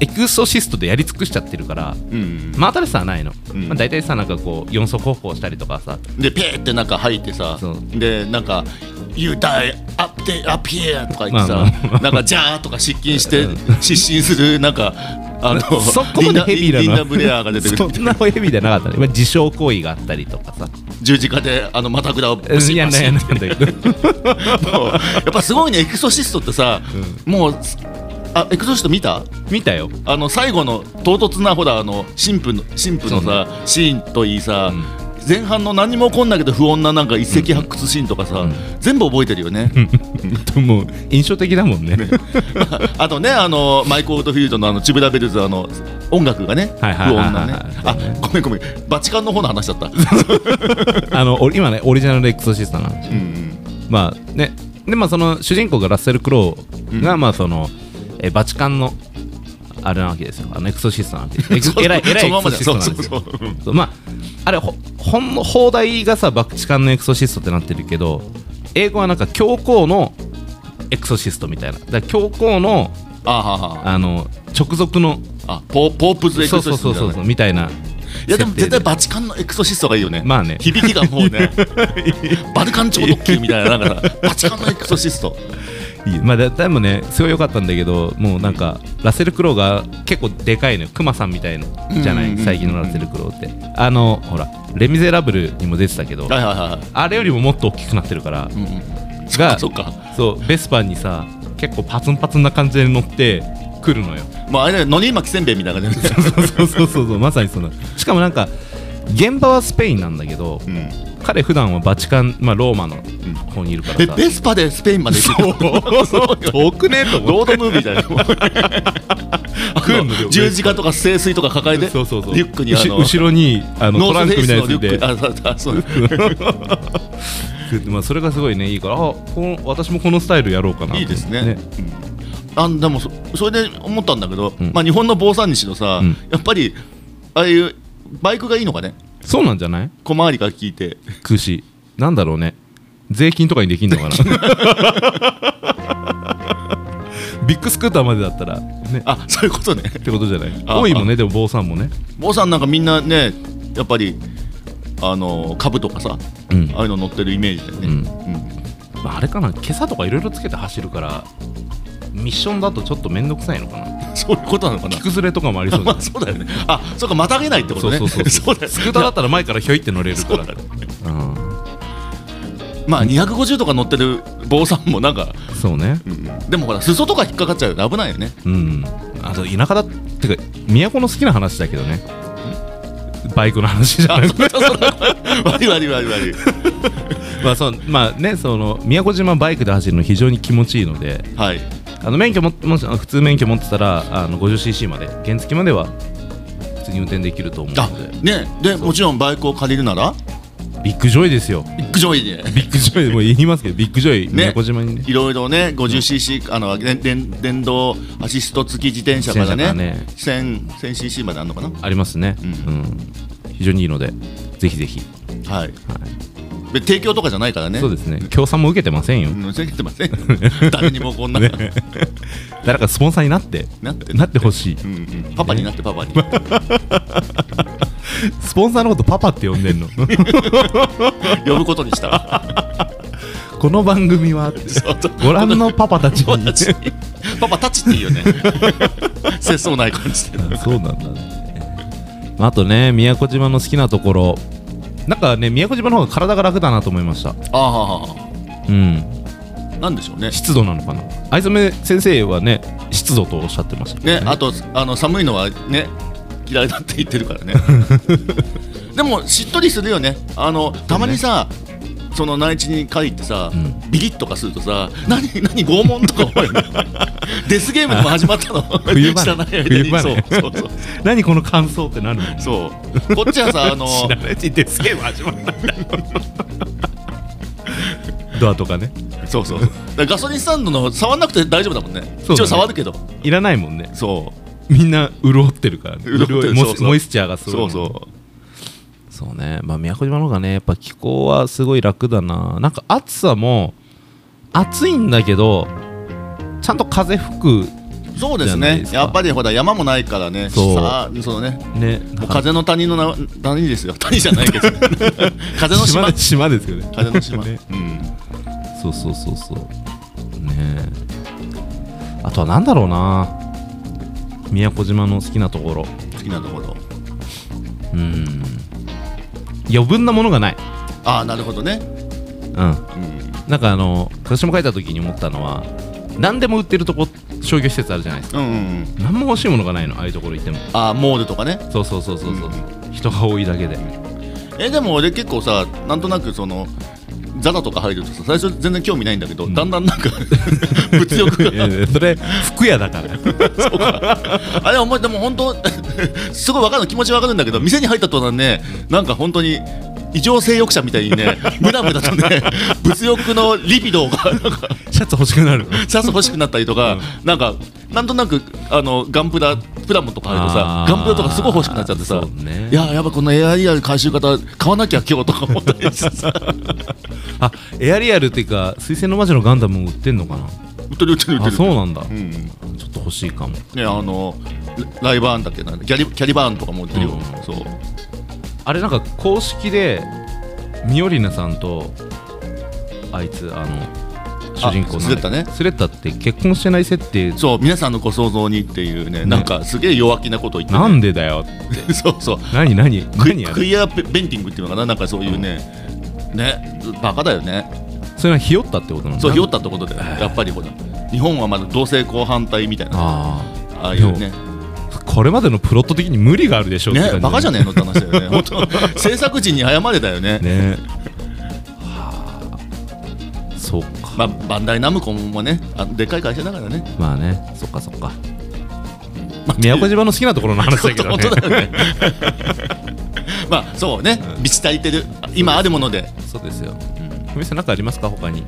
S2: エクソシストでやり尽くしちゃってるから、
S1: うん
S2: まあ新しさはないの、
S1: ん
S2: まあ、大体さなんかこう四足歩行したりとかさ
S1: でペーってなんか吐いてさ
S2: そう
S1: でなんか「You die up there up here」とか言ってさ、
S2: まあま
S1: なんか「じゃー」とか失禁して失神するなんかあの
S2: そこまでヘビ
S1: リン
S2: ーなの
S1: ダリンダブレアが出てく
S2: そ
S1: る
S2: んなヘビーじゃなかったね、まあ、自傷行為があったりとかさ
S1: 十字架であのまたぐらを
S2: う
S1: ブ
S2: ん
S1: シ
S2: いや
S1: バ
S2: な
S1: シ
S2: い
S1: っ
S2: や
S1: て
S2: ないんだけ
S1: も
S2: ど
S1: うやっぱすごいねエクソシストってさ、もうあエクソシスト見た
S2: 見たよ
S1: あの最後の唐突なほらあの神父の神父のさ、シーンといいさ、
S2: うん
S1: 前半の何も起こんないけど不穏ななんか一石発掘シーンとかさ、
S2: うん
S1: 全部覚えてるよね。
S2: でも印象的だもんね
S1: あとねあのマイク・オートフィールドのあのチブラベルズあの音楽がね不
S2: はいはいはい
S1: 穏なね
S2: はい
S1: あごめんごめんバチカンの方の話だった。
S2: あのお今ねオリジナルエクソシストなんです
S1: うんうん
S2: まあねでまあその主人公がラッセル・クロウが、まあそのえバチカンのあれなわけですよあのエクソシスト なわけですエク
S1: そう
S2: えらいえらい
S1: そ
S2: エ
S1: のま
S2: ク
S1: ま
S2: ソ
S1: だ
S2: シストなんです
S1: そう
S2: よ
S1: そうそう
S2: そうまああれほほんの放題がさバチカンのエクソシストってなってるけど英語はなんか教皇のエクソシストみたいなだから教皇の
S1: あはは
S2: あの直属の
S1: あポポープズ・エク
S2: そ
S1: ソ
S2: う
S1: シ
S2: そう
S1: ス
S2: そ
S1: ト
S2: う
S1: じゃな
S2: そう
S1: い
S2: そうみたいない
S1: やでも
S2: 設定
S1: 絶対バチカンのエクソシストがいいよね。
S2: まあね
S1: 響きがもう ねバルカン超特急みたいななんかさバチカンのエクソシスト。
S2: いいまあ、だでもねすごい良かったんだけどもうなんかラッセル・クロウが結構でかいのよクマさんみたいなじゃな
S1: うんうんうん
S2: い
S1: うん
S2: 最近のラッセル・クロウってあのほら「レ・ミゼラブル」にも出てたけど
S1: はいはいはいはい。
S2: あれよりももっと大きくなってるから
S1: うんうん
S2: が
S1: そっかそっか
S2: そうベスパーにさ結構パツンパツンな感じで乗ってくるのよ
S1: もうあれだよ、のり巻きせんべいみたいな感じで。
S2: そうそうそうそうまさにそのしかもなんか現場はスペインなんだけど、
S1: うん
S2: 彼普段はバチカン、まあ、ローマの方にいるから
S1: え、
S2: さ、
S1: ベスパでスペインまで行ってた
S2: そう遠くねえと思っ
S1: ロ
S2: て
S1: ードムービーだ よ。
S2: 来んのよ
S1: 十字架とか聖水とか抱えて、リ
S2: そう
S1: ュ
S2: そうそう
S1: ックにあ
S2: 後
S1: の、
S2: 後ろにあのト
S1: ノー
S2: ラン
S1: ス
S2: ク
S1: フェイ
S2: みたい
S1: ス
S2: な
S1: のリ
S2: や
S1: ュ
S2: つで
S1: ック、あ、あそう
S2: まあ、それがすごいねいいからあこの私もこのスタイルやろうかなと
S1: いいですね。あでもそそれで思ったんだけど、
S2: ん
S1: まあ日本の坊さんにしろさ、
S2: うん
S1: やっぱりああいうバイクがいいのかね
S2: そうなんじゃない
S1: 小回りから聞いて
S2: 空詞なんだろうね税金とかにでき んのかなビッグスクーターまでだったらね
S1: あそういうこと ね
S2: ってことじゃない
S1: あ
S2: 多いもんねでも坊さんもね
S1: 坊さんなんかみんなねやっぱりあの株とかさ
S2: うん
S1: ああいうの乗ってるイメージだよね、うん
S2: まあ、あれかな今朝とかいろいろつけて走るからミッションだとちょっと面倒くさいのかな
S1: そういうことなのかな
S2: 着崩れと かもありそうじゃない
S1: そうだよねあそうかまたげないってことね
S2: そうそう そう
S1: だよね
S2: スクーターだったら前からひょいって乗れるから
S1: そうだね
S2: うん
S1: まあ250とか乗ってる坊さんもなんか、
S2: そうね
S1: でもほら裾とか引っかかっちゃ うよね危ないよね
S2: うんあと田舎だってか都の好きな話だけどねバイクの話じゃ
S1: あ
S2: な
S1: そ
S2: く
S1: うだそうだ悪い悪い悪い悪い
S2: まあそうまあねその宮古島バイクで走るの非常に気持ちいいので
S1: はい
S2: あの免許ももしあの普通免許持ってたらあの 50cc まで原付までは普通に運転できると思う
S1: あ
S2: ので
S1: ねでもちろんバイクを借りるなら
S2: ビッグジョイですよ
S1: ビッグジョイで
S2: ビッグジョイもう言いますけどビッグジョイ、宮古島にね
S1: いろいろね 50cc あの電電電動アシスト付き自転車からね
S2: 自
S1: 1000, 1000cc まであるのかな
S2: ありますね、
S1: う
S2: うんん非常にいいのでぜひぜひ、
S1: はい
S2: は
S1: で提供とかじゃないからね
S2: い、そうですね協賛も受けてませんよ
S1: うんせんてま せん誰にもこんな、
S2: 誰かスポンサーになって
S1: なって
S2: なってほしい
S1: うんうん、パパになってパパに
S2: スポンサーの ことパパって呼んでんの
S1: 呼ぶことに した
S2: この番組はって
S1: そうそう
S2: ご覧のパパたち
S1: パパ
S2: に
S1: たちパパたちっていいよ ね切相ない感じで
S2: あ そうなんだね。まああとね、宮古島の好きなところ、なんかね、宮古島の方が体が楽だなと思いました。
S1: あ
S2: うん、
S1: あなんでしょうね
S2: 湿度なのかな。藍染先生はね、湿度とおっしゃってましたけど
S1: ねあとあの寒いのはね嫌いだって言ってるから ねでもしっとりするよねあのたまにさその内地に帰ってさ、
S2: うん
S1: ビリッとかするとさ何何拷問とか思う よねデスゲームでも始まったの
S2: 冬 場ね
S1: 知らない間に
S2: 冬場ね
S1: そうそうそう
S2: 何この感想ってなるの。
S1: そうこっちはさあの
S2: 知らないし、デスゲーム始まったんだよ。 ドアとかね、
S1: そうそうだからガソリンスタンドの触んなくて大丈夫だもんね
S2: そうだね
S1: 一応触るけど
S2: いらないもんね。
S1: そ
S2: みんな潤ってるから、ね。
S1: 潤ってる
S2: いモ
S1: そう
S2: イ
S1: そう
S2: モイスチャーがす
S1: う
S2: ごい
S1: そ
S2: も。
S1: うんそ
S2: そうね、まあ、宮古島の方がねやっぱ気候はすごい楽だななんか暑さも暑いんだけどちゃんと風吹く
S1: うそうで
S2: じ
S1: す
S2: ゃない
S1: ね
S2: ですか
S1: やっぱりほら山もないからね
S2: そう
S1: さあそのね
S2: ね
S1: もう風の谷のな谷ですよ谷じゃないけど 風の島
S2: 島で島ですよね
S1: 風の島、
S2: ね
S1: うん
S2: そうそうそうそうねあとはなんだろうな宮古島の好きなところ
S1: 好きなところ
S2: うん余分なものがない
S1: ああなるほどね
S2: うん
S1: うん
S2: なんかあの私も書いた時に思ったのは何でも売ってるとこ商業施設あるじゃないですか
S1: うん、うん、
S2: 何も欲しいものがないのああいうところ行っても
S1: ああモールとかね
S2: そうそうそうそうそう、人が多いだけで
S1: えでも俺結構さなんとなくそのザラとか入るとさ最初全然興味ないんだけど、だんだんなんか 物欲が
S2: それ服屋 だから
S1: あれお前でも本当 すごい分かるの気持ち分かるんだけど店に入った途端ねなんか本当に異常性欲者みたいに ねムラムラとね物欲のリビドーが なんか
S2: シャツ欲しくなる
S1: シャツ欲しくなったりとか、なんかなんとなくあのガンプラプラモとかあるとさ
S2: あー
S1: ガンプラとかすごい欲しくなっちゃってさ、
S2: そうね
S1: いややっぱこのエアリアル回収型買わなきゃ今日とか思ったりしてさ
S2: あエアリアルっていうか水星の魔女のガンダムも売ってんのかな
S1: 売ってる売ってる売ってる
S2: あそうなんだ、
S1: うん
S2: ちょっと欲しいかも
S1: ねあのライバーンだっけなキャリキャリバーンとかも売ってるよ、
S2: うん
S1: そう
S2: あれなんか公式でミオリネさんとあいつあの主人公の
S1: スレッタね
S2: スレッタって結婚してない設定
S1: そう皆さんのご想像にっていうねなんかすげえ弱気なこと言って、ね、
S2: なんでだよ
S1: そうそう
S2: 何何
S1: クイ
S2: 何や
S1: クイアベベンティングっていうのかななんかそういうね、ねバカだよね
S2: それはひよったってことなの
S1: そうひよったってことでやっぱりほら日本はまだ同性交反対みたいな
S2: あ
S1: ああいうね
S2: あこれまでのプロット的に無理があるでしょって
S1: ね
S2: 感
S1: バカじゃねえのって話だ よね本当制作陣に謝れだよね
S2: ねはあそうか
S1: まあ、バンダイナムコもねあでっかい会社だからね
S2: まあねそっかそっか、宮古島の好きなところの 話だけど
S1: 本
S2: ね
S1: 当だよね まあそうね満ち足りてる今あるもので
S2: そうですよお店なんかありますか他に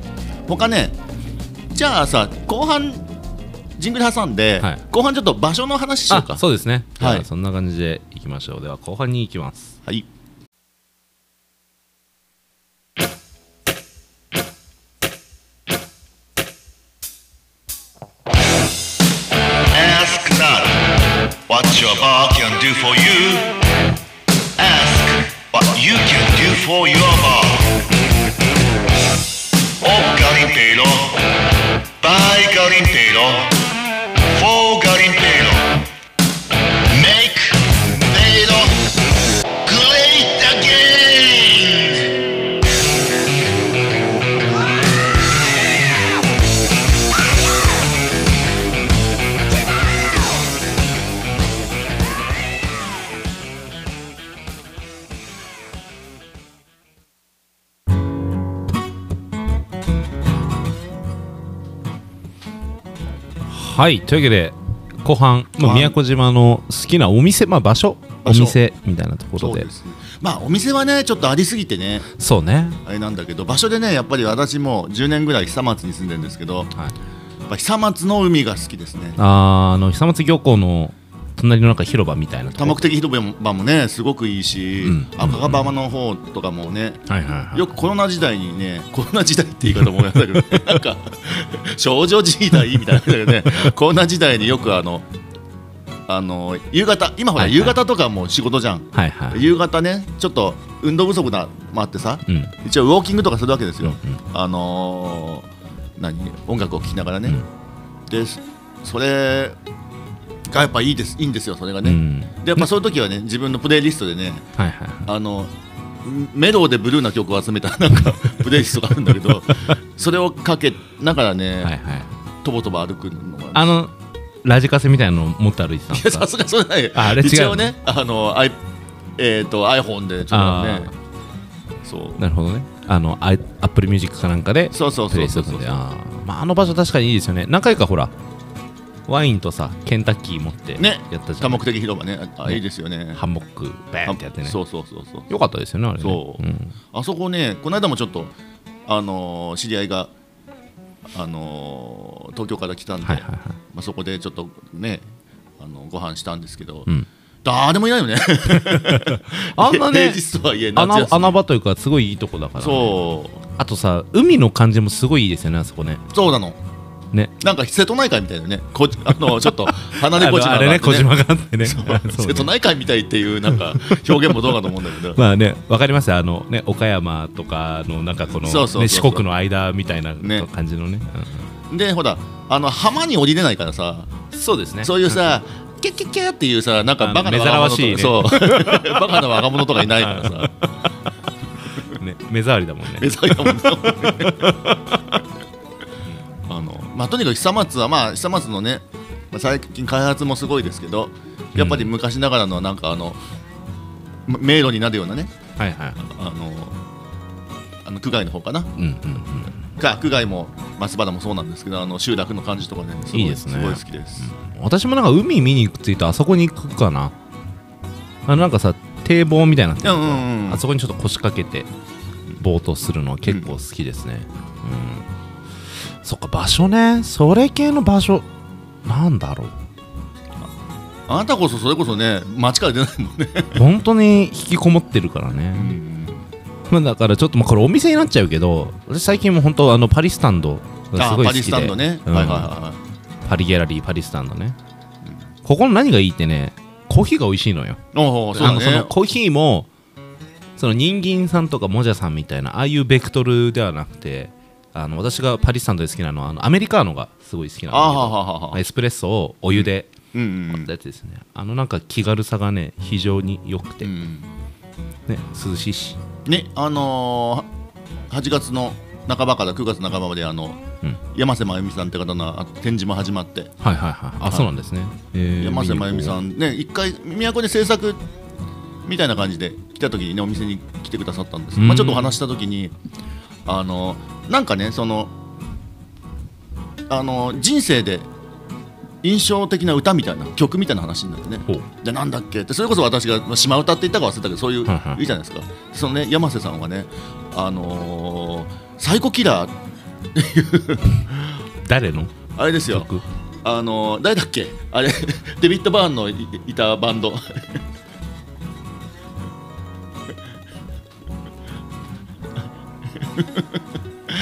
S1: 他ねじゃあさ後半ジングル挟んで、
S2: はい
S1: 後半ちょっと場所の話しよう
S2: あ
S1: か
S2: そうですね
S1: はい
S2: じゃあそんな感じでいきましょうでは後半に行きます
S1: はい
S3: What your bar can do for you. Ask what you can do for your bar. おガリンペイロバイガリンペイロフォーガリンペイロ Make ペイロ Great again!
S2: はいというわけで後半、まあ、
S1: はい
S2: 宮古島の好きなお店、まあ、場所
S1: 場所
S2: お店みたいなところ
S1: そう
S2: で
S1: ですねまあお店はねちょっとありすぎてね
S2: そうね、
S1: あれなんだけど場所でねやっぱり私も10年ぐらい久松に住んでるんですけど
S2: はい、
S1: やっぱ久松の海が好きですね
S2: あーあの久松漁港の隣のなんか広場みたいなとこ
S1: 多目的広場もねすごくいいし、
S2: うん
S1: 赤川浜の方とかもね、
S2: はいはいはい
S1: よくコロナ時代にねコロナ時代って言い方もやだけど なんか少女時代みたいなだけどね コロナ時代によくあのあの夕方今ほら
S2: はいはい
S1: 夕方とかもう仕事じゃん、
S2: はいはい
S1: 夕方ねちょっと運動不足なもあってさ
S2: うんうん
S1: 一応ウォーキングとかするわけですよ、
S2: うん
S1: あのー何音楽を聴きながらね、
S2: うん
S1: でそそれがやっぱいいですいいんですよそれが
S2: う
S1: ね、
S2: ん
S1: でやっぱそういう時はね自分のプレイリストでね
S2: はいはいはい
S1: あのメローでブルーな曲を集めたなん かプレイリストがあるんだけどそれをかけながらね、
S2: はいはい
S1: とぼとぼ歩くのがね
S2: あのラジカセみたいなの持って歩いてたん
S1: いや
S2: です
S1: さ
S2: か
S1: すがそれない
S2: ああれ違う
S1: 一応ねあの I えー、と iPhone でちょっとね
S2: あ
S1: そう
S2: なるほどねあのアイアップルミュージックかなんかで
S1: そうそう
S2: プ
S1: そ
S2: レ
S1: う
S2: イす
S1: そう
S2: るのであー、まあ、あの場所確かにいいですよね何回かほらワインとさケンタッキー持って
S1: ね
S2: やったじゃ
S1: 多
S2: ん、
S1: 目的広場ねあいいですよね
S2: ハンモックバーンってやってね
S1: そうそうそうそう
S2: よかったですよねあれね
S1: そう
S2: うん
S1: あそこねこの間もちょっとあのー知り合いがあのー東京から来たんで、
S2: はいはいはい
S1: まあ、そこでちょっとねあのご飯したんですけど、
S2: ん
S1: 誰もいないよね
S2: あん
S1: 平
S2: なね
S1: 日とはいえ夏休
S2: 穴
S1: み
S2: 穴場というかすごいいいとこだから、ね、
S1: そ
S2: あとさ海の感じもすごいいいですよねあそこね
S1: うそうなの
S2: ね
S1: なんか瀬戸内海みたいなねこあ のちょっと離れ小島
S2: あ
S1: があ
S2: のあ
S1: って
S2: れね小島があってね
S1: 瀬戸内海みたいっていうなんか表現もどうかと思うんだけ ど
S2: まあね、わかりますよあのね、岡山とかのなんかこの、ね、
S1: そうそうそうそう
S2: 四国の間みたいな
S1: ね
S2: 感じのね。
S1: でほらあの浜に降りれないからさ
S2: そうですね
S1: そういうさ、キャッキャッキャッっていうさ、なんかバカな
S2: あの目ざらわ
S1: 若
S2: しい
S1: 者と
S2: ね
S1: か、そう、 バカな若者とかいないからさ、
S2: ね、目障りだもん
S1: 目
S2: ね。
S1: 障りだもんね。あの、まあ、とにかく久松は、まあ、久松のね、まあ最近開発もすごいですけど、やっぱり昔ながらの、なんか、あの。ま迷路になるようなね、
S2: はいはい。
S1: あの。あの区外の方かな、
S2: うんうんうん。
S1: か区外も松原もそうなんですけど、あの集落の感じとかね、すごい
S2: いいですね
S1: ごい好きです。
S2: 私もなんか海見に行くついとあそこに行くかな。あのなんかさ堤防みたいなのあって
S1: うんうんうん
S2: あそこにちょっと腰掛けてボートするのは結構好きですね。うん。そっか場所ね。それ系の場所なんだろう。
S1: あなたこそ、それこそね、街から出ないもんね。
S2: 本当に引きこもってるからね。まあ、だからちょっと、まあ、これお店になっちゃうけど私最近も本当あのパリスタンドがす
S1: あ
S2: ごい好
S1: パリ
S2: きで
S1: スタンドね、
S2: うん
S1: はいはいはいはい
S2: パリギャラリーパリスタンドね、ここの何がいいってねコーヒーが美味しいのよ
S1: おおそう
S2: あ
S1: だ
S2: のその
S1: ね
S2: コーヒーもその人間さんとかもじゃさんみたいなああいうベクトルではなくてあの私がパリスタンドで好きなのはあのアメリカーノがすごい好きな
S1: あはは
S2: の
S1: ははは
S2: エスプレッソをお湯で
S1: うんうん
S2: やったやつですね、あのなんか気軽さがね非常に良くて、
S1: う
S2: ね
S1: ん
S2: 涼しいし
S1: ねあのー、8月の半ばから9月半ばまであの、
S2: うん
S1: 山瀬真由美さんって方のあ展示も始まって、
S2: はいはいはいあ、
S1: はい
S2: そうなんですね、えー
S1: 山瀬真由美
S2: ん
S1: さんね一回都で制作みたいな感じで来た時にねお店に来てくださったんです、
S2: うん
S1: まあちょっとお話した時にあのなんかねそのあの人生で印象的な歌みたいな曲みたいな話になってね
S2: ほう
S1: でなんだっけってそれこそ私がまあ島歌って言ったか忘れたけどそういう、
S2: はいはい
S1: い、いじゃないですかそのね山瀬さんはねあのーサイコキラー
S2: 誰の
S1: あれですよ
S2: 曲
S1: あのー誰だっけあれ デビッド・バーンのいいたバンド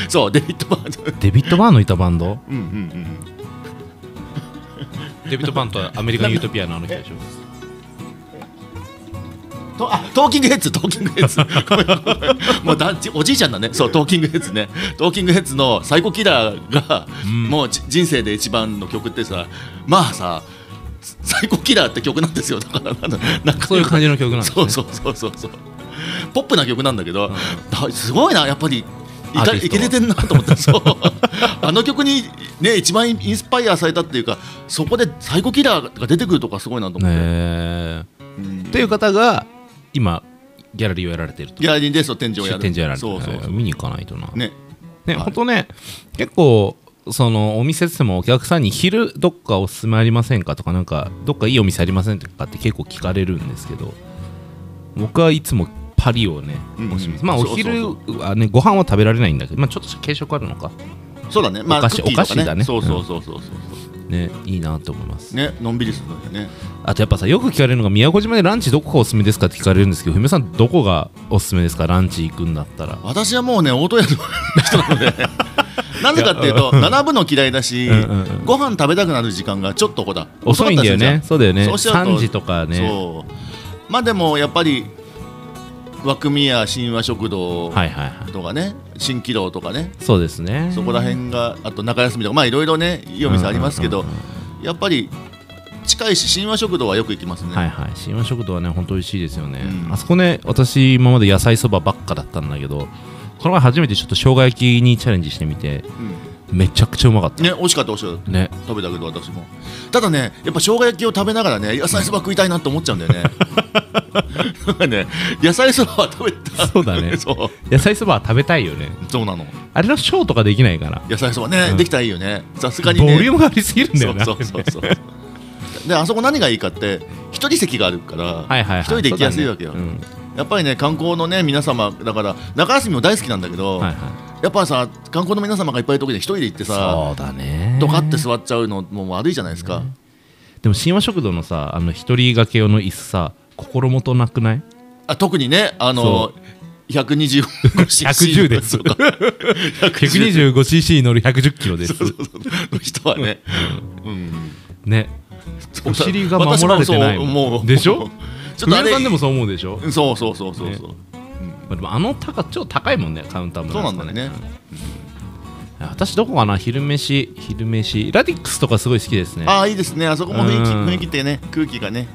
S1: そうデビッド・バーン
S2: デビッド・バーンのいたバンド
S1: うんうんうん
S2: デビッド・パンとはアメリカン・ユートピアのあの人でしょ
S1: とあトーキングヘッズトーキングヘッズごめんごめんもうだんちおじいちゃんだねそうトーキングヘッズねトーキングヘッズのサイコキラーが、
S2: ん
S1: もうじ人生で一番の曲ってさまあさサイコキラーって曲なんですよだからなんか
S2: そういう感じの曲なんですね
S1: そうそうそうそうそうポップな曲なんだけど、だすごいなやっぱりい
S2: アー
S1: か
S2: ティ
S1: い
S2: スト
S1: けれてんなと思ってそうあの曲にね一番インスパイアされたっていうかそこでサイコキラーが出てくるとかすごいなと思って、
S2: ね
S1: うん
S2: えっていう方が今ギャラリーをやられてると
S1: ギャラリーでそう展示をやる
S2: 展示をやられて
S1: そ
S2: る
S1: うそう
S2: え
S1: そ
S2: ー
S1: う
S2: 見に行かないとな
S1: ね
S2: ね、
S1: はい
S2: ほんとね、結構、そのお店でもお客さんに昼どっかおすすめありませんかとか、なんかどっかいいお店ありませんかって結構聞かれるんですけど、僕はいつもパリをね、
S1: うんうん
S2: おすすめまあ
S1: そ
S2: お
S1: うそうそう
S2: 昼はね、ご飯は食べられないんだけど、まあちょっと軽食あるのか、
S1: そうだねまあ
S2: お菓子
S1: クッキーとか
S2: お菓子だね
S1: そうそうそうそうそう
S2: ね、いいなと思います。
S1: ねのんびりするのよね
S2: あとやっぱさ、よく聞かれるのが、宮古島でランチどこがおすすめですかって聞かれるんですけど、文さん、どこがおすすめですか、ランチ行くんだったら。
S1: 私はもうね大戸屋の人なの でなぜかっていうと並ぶの嫌いだし
S2: うんうんうん
S1: ご飯食べたくなる時間がちょっとほら
S2: 遅いんだよね、そうだよね、
S1: そうしちゃうと
S2: 3時とか
S1: ね
S2: ね、
S1: そうまあでもやっぱり和みや神話食堂
S2: はいはいはい、
S1: とかね新喜楼とかね
S2: そうですね。
S1: そこら辺があと中休みとかまあいろいろねいいお店ありますけど
S2: うんうんうん
S1: やっぱり近いし神話食堂はよく行きますね
S2: はいはい新和食堂はね本当美味しいですよね、
S1: うん
S2: あそこね私今まで野菜そばばっかだったんだけどこの前初めてちょっと生姜焼きにチャレンジしてみて
S1: う
S2: めちゃくちゃうまかった
S1: んね美味しかった美味しかった
S2: ね
S1: 食べたけど私もただねやっぱ生姜焼きを食べながらね野菜そば食いたいなと思っちゃうんだよねなんかね野菜そばは食べた
S2: そうだ ね
S1: そう
S2: 野菜そばは食べたいよね
S1: そうなの
S2: あれのショーとかできないかな
S1: 野菜そばね、
S2: うん
S1: できたらいいよねさすがに
S2: ボ
S1: ね
S2: リュームがありすぎるんだよな
S1: そうそうそうそうであそこ何がいいかって一人席があるから、
S2: はいはいはい
S1: 一人で行きやすいわけよ、
S2: そうだね
S1: やっぱりね観光のね皆様だから中休みも大好きなんだけど、
S2: うんはいはい
S1: やっぱさ観光の皆様がいっぱいいる時に一人で行ってさ
S2: そうだね
S1: ドカって座っちゃうのも悪いじゃないですか、
S2: でも新和食堂のさあの一人掛け用の椅子さ心もとな くない
S1: あ特にねあ
S2: そ
S1: の125
S2: 110です 125cc 乗る110キロです
S1: の人はね、うん、
S2: ねお尻が守られてないも
S1: 私もそう
S2: ん
S1: 思う
S2: でしょ
S1: ちょっとあれ
S2: 皆さんでもそう思うでしょ、
S1: そうそうそうそう
S2: ね
S1: そう、
S2: まあでもあの高超高いもんねカウンターも
S1: そうなんだよね
S2: うん私どこかな昼飯昼飯ラディックスとかすごい好きですね
S1: ああいいですねあそこも雰囲気
S2: うん
S1: 雰囲気ってね空気がね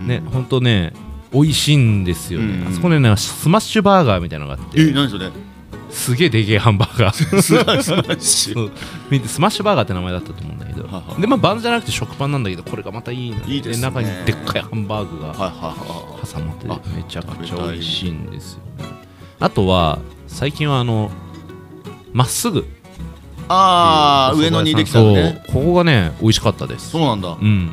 S2: ねほんとね美味しいんですよね、
S1: うん
S2: あそこねなんかスマッシュバーガーみたいなのがあって
S1: え何 それ
S2: すげえでけえハンバー ガー
S1: スマスマッシ
S2: そ
S1: ュ
S2: うスマッシュバーガーって名前だったと思うんだけど
S1: はは
S2: でまあバンじゃなくて食パンなんだけどこれがまたいいの
S1: いいですね
S2: 中にでっかいハンバーグが
S1: はいはいはい
S2: 挟まって
S1: あ
S2: めちゃくち
S1: 食べ
S2: ゃ
S1: たい
S2: 美味しいんですよあとは最近はあのまっすぐ
S1: ああ上野にできたのね
S2: そうここがね美味しかったです
S1: そうなんだ
S2: うん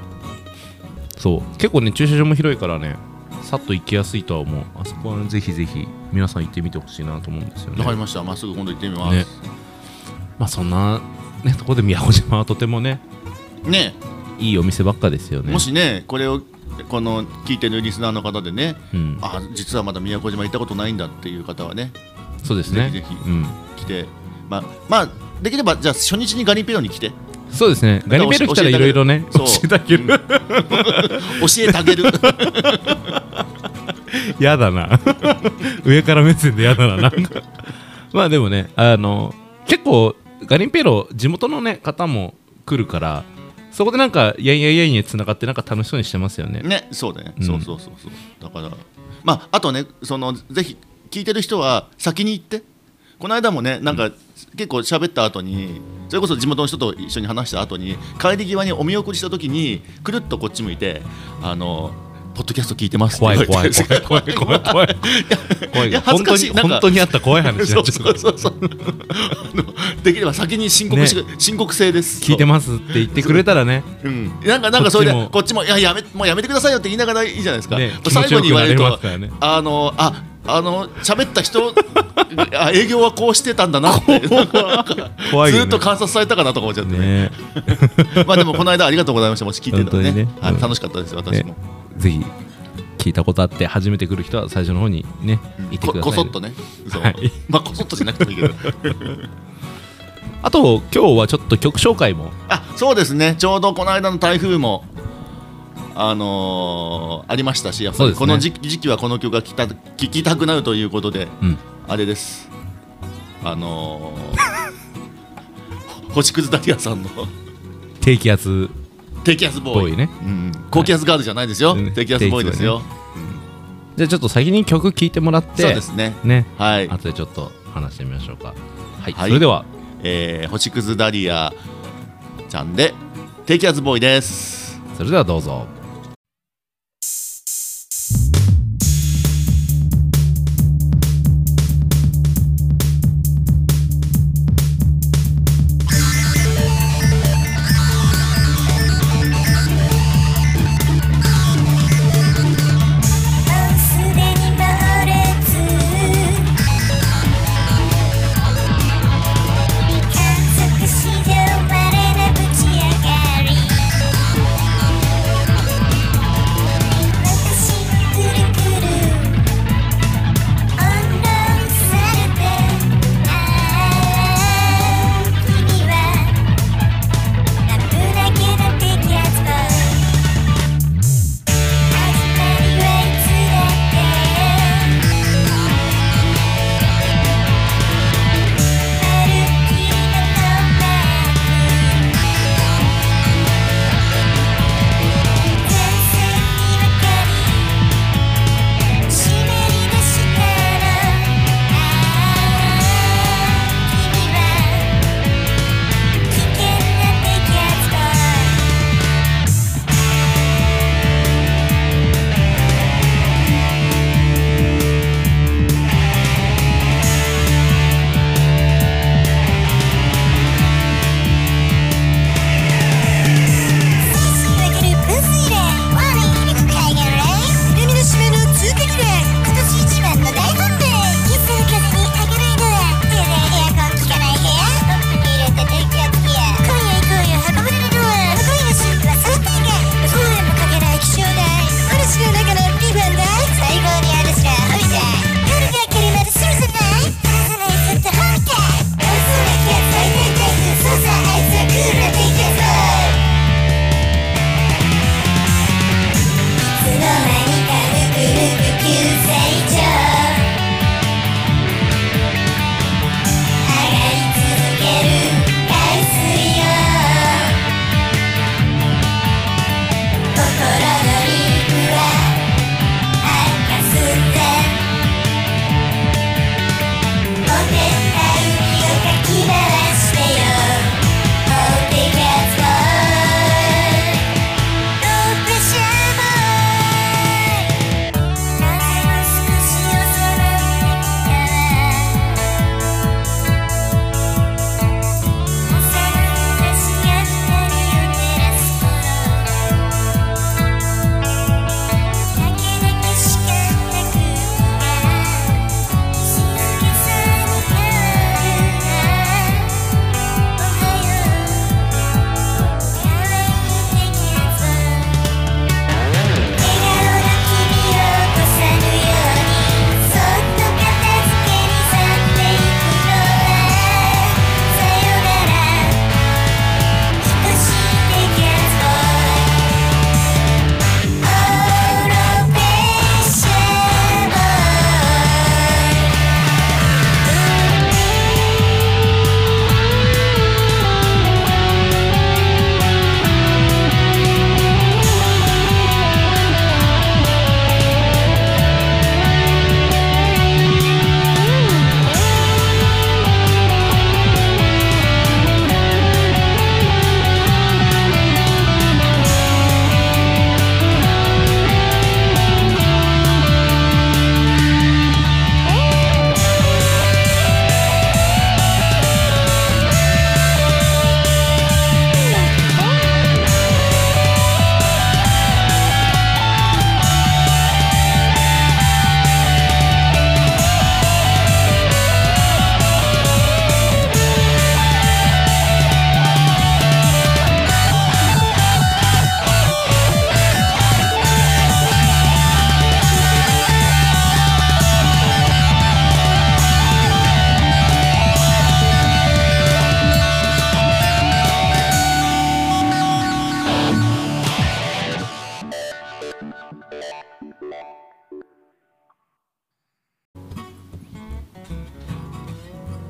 S2: そう結構ね駐車場も広いからねさっと行きやすいとは思うあそこはねぜひぜひ皆さん行ってみてほしいなと思うんですよね
S1: わかりましたまっすぐ今度行ってみま
S2: ね
S1: す
S2: まあそんなねとこで宮古島はとてもね
S1: ね
S2: いいお店ばっかですよね
S1: もしねこれをこの聞いてるリスナーの方でね
S2: うん、
S1: あ実はまだ宮古島行ったことないんだっていう方はね
S2: そうですね
S1: ぜひぜひ
S2: うん、
S1: 来てまあまあできればじゃあ初日にガリペロに来て
S2: そうですねガニベル来たらいろいろね
S1: 教
S2: 教
S1: え
S2: えてあげる
S1: 教えてあ げる
S2: やだな 上から目線でやだななんかまあでもねあの結構ガリンペロ地元のね方も来るからそこでなんかやんやんやんやつながってなんか楽しそうにしてますよね
S1: ねそうだね
S2: うん
S1: そうそうそうそうだからまああとねそのぜひ聞いてる人は先に行ってこの間もねなんか結構喋った後にそれこそ地元の人と一緒に話した後に帰り際にお見送りした時にくるっとこっち向いてあのポッドキャスト聞いてますって
S2: 怖
S1: 言わ
S2: い
S1: れて
S2: 怖い怖い怖い怖い怖い怖い
S1: いや恥
S2: 本
S1: ずかしい
S2: 当に
S1: なんか
S2: 本当にあった怖い話に
S1: そ
S2: な
S1: う
S2: っちゃう
S1: そ
S2: か
S1: う
S2: ら
S1: そうそうあのできれば先に申告し、申告制です
S2: 聞いて
S1: ま
S2: ますって言ってくれたらね
S1: うん、なんかなんかそれで
S2: こっち
S1: こ
S2: も
S1: っちもいややめもうやめてくださいよって言いながらいいじゃないですか、
S2: ね
S1: 最後に言われる
S2: 気持ち
S1: と
S2: よくなれますか
S1: あのああの喋った人 あ営業はこうしてたんだなってなんか
S2: 怖いよね
S1: ずっと観察されたかなとか思っちゃってね
S2: ね
S1: まあでもこの間ありがとうございましたもし聞いてたらね
S2: 本当にね
S1: はい
S2: うん
S1: 楽しかったです私も、
S2: ぜひ聞いたことあって初めて来る人は最初の方にねいて
S1: こ
S2: くださ
S1: こ
S2: いね
S1: そっとねそう、
S2: はい
S1: まあこそっとじゃなくてもいいけど
S2: あと今日はちょっと曲紹介も
S1: あそうですねちょうどこの間の台風もあのーありましたしやっぱ
S2: そう
S1: り
S2: ですね
S1: この時,、時期はこの曲が聴きた聴きたくなるということで
S2: うん
S1: あれですあのー 星屑ダリアさんの
S2: 低気圧
S1: 低気圧ボーイ
S2: ボーイね
S1: うん、高気圧ガールじゃないですよ、
S2: うん
S1: 低気圧ボーイですよ、
S2: じゃあちょっと先に曲聴いてもらって
S1: そうですね
S2: ね
S1: はい、
S2: 後でちょっと話してみましょうかはい、
S1: はい
S2: それでは
S1: えー、星屑ダリアちゃんで低気圧ボーイです
S2: それではどうぞ
S4: 「もうすでに猛烈」「観測史上まれなぶち上がり」「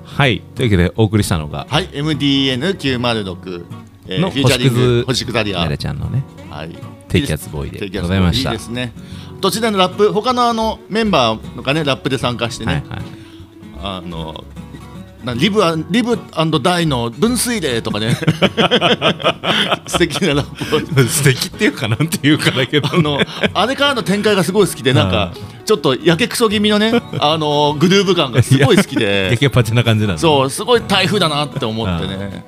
S2: はいというわけでお送りしたのが
S1: はい MDN906 えー
S2: の
S1: フューチャリング
S2: 星
S1: 星
S2: 屑
S1: 屑リア
S2: なれちゃんのね
S1: はい、
S2: 低気圧ボーイで
S1: 低気圧
S2: ございました
S1: ボーイいいですね途中でのラップ他のあのメンバーのかねラップで参加してね、
S2: はいはい
S1: あのなリブアンリブダイの分水嶺とか ね素敵なラップを
S2: 素敵っていうかなんていうかだけど
S1: あのあれからの展開がすごい好きでなんかちょっとやけくそ気味のねあのグルーヴ感がすごい好き
S2: や
S1: で
S2: けっぱちな感じなんで
S1: そうすごい台風だなって思ってね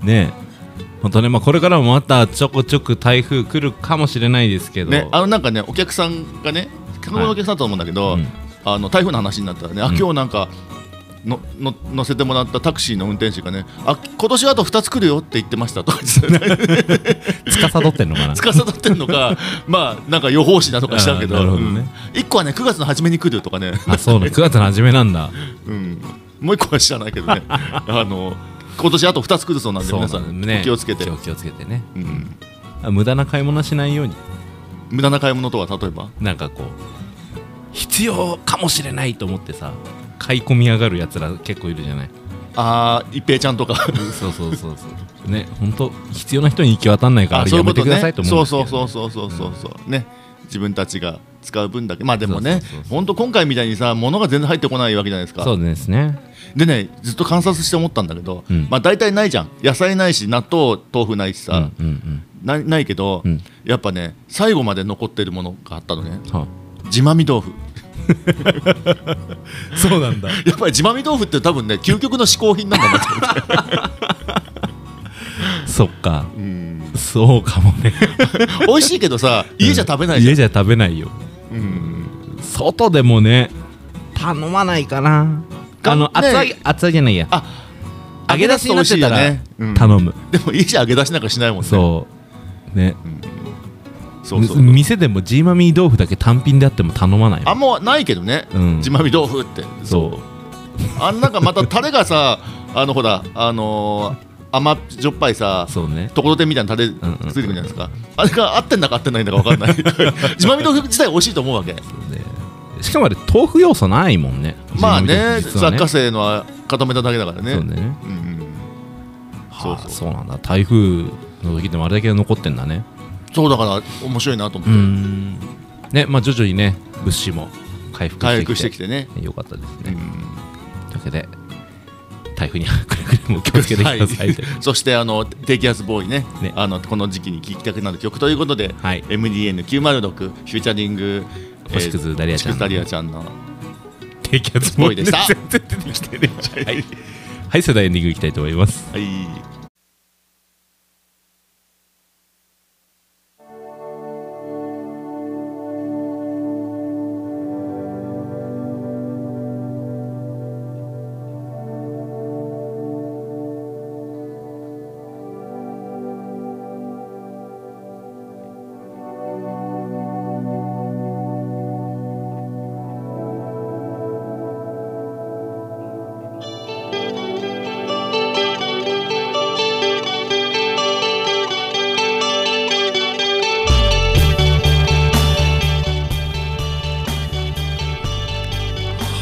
S2: ね本当ねまあこれからもまたちょこちょこ台風来るかもしれないですけど
S1: ねあのなんかねお客さんがね客のお客さんだと思うんだけど、
S2: うん
S1: あの台風の話になったらね、あ今日なんかのの乗せてもらったタクシーの運転手がねあ今年あと2つ来るよって言ってましたと か言ってたね
S2: 司ってんのかな
S1: 司ってんの かまあなんか予報士だとかしたけど
S2: あーなるほどね
S1: うん、1個はね9月の初めに来るとかね、
S2: あそうなの9月の初めなんだ
S1: うん、もう1個は知らないけど ねあの今年あと2つ来るそうなんで
S2: そうな
S1: 皆
S2: ん
S1: さ
S2: だ
S1: ん、
S2: ね
S1: お気をつけて
S2: 気、を気をつけてね
S1: うん、
S2: あ無駄な買い物はしないように
S1: 無駄な買い物とは例えば
S2: なんかこう必要かもしれないと思ってさ買い込み上がるやつら結構いるじゃない
S1: ああ一平ちゃんと か。
S2: そうそうそうそうね本当必要な人に行き渡んないからあれやめてくださいと思うん
S1: そ
S2: で
S1: う
S2: すけど
S1: そ
S2: ね、
S1: うそうそうそうそうそう、ね自分たちが使う分だけまあでもね
S2: そうそうそうそう
S1: 本当今回みたいにさ物が全然入ってこないわけじゃないですか
S2: そうですね
S1: でねずっと観察して思ったんだけど、
S2: うん
S1: まあ大体ないじゃん野菜ないし納豆豆腐ないし
S2: うん
S1: さ、
S2: うん
S1: なないけど、
S2: うん
S1: やっぱね最後まで残ってるものがあったのね
S2: うんは
S1: 地まみ豆腐
S2: あそうなんだ
S1: やっぱり地まみ豆腐って多分ね究極の嗜好品なんだなと思 って
S2: そっか
S1: うん
S2: そうかもね
S1: 美味しいけどさ家じゃ食べないじゃ
S2: 家
S1: ん、
S2: じゃ食べないよ
S1: うん
S2: 外でもね頼まないかな
S1: か
S2: あの
S1: ね
S2: 厚揚げ厚揚げじゃないや
S1: あ
S2: 揚げ出しになってたら
S1: 揚げ出し美味しいよねうん
S2: 頼む
S1: でも家じゃ揚げ出しなんかしないもんね
S2: そうね
S1: そうそうそう
S2: む店でもジーマミー豆腐だけ単品であっても頼まない
S1: あんまないけどね、
S2: うん
S1: 地まみ豆腐って
S2: そう
S1: あんなんかまたタレがさあのほらあのー、甘っじょっぱいさ
S2: そうね
S1: ところてんみたいなタレつ
S2: んうんうん
S1: いてくるじゃないですか、あれが合ってんだか合ってないんだか分かんない 地まみ豆腐自体美味しいと思うわけ
S2: でしかもあれ豆腐要素ないもんね
S1: まあね
S2: ジー
S1: 雑
S2: マミー豆腐実
S1: 貨
S2: は
S1: 生のは固めただけだからね
S2: そう
S1: うん
S2: ね
S1: うんそ
S2: は
S1: うそ
S2: あ
S1: う
S2: そうなんだ台風の時でもあれだけ残ってんだね
S1: そうだから面白いなと思
S2: う
S1: っ
S2: ー
S1: て、
S2: んねまあ徐々にね物資も回復
S1: 回復し
S2: してて
S1: き
S2: き
S1: てね、
S2: てよかったです
S1: う
S2: ね
S1: ん
S2: というわけで台風にはくれぐれも気をつけてくださ いという
S1: そしてあの低気圧ボーイね
S2: ね
S1: あのこの時期に聴きたくなる曲ということで、
S2: は
S1: MDN906
S2: い
S1: フューチャリング
S2: 星屑ダリアちゃん
S1: 星屑ダリアちゃんの
S2: 低気圧
S1: ボーイでした
S2: 全然出てきてねえじゃんはい、はい、それではエンディングいきたいと思います
S1: はい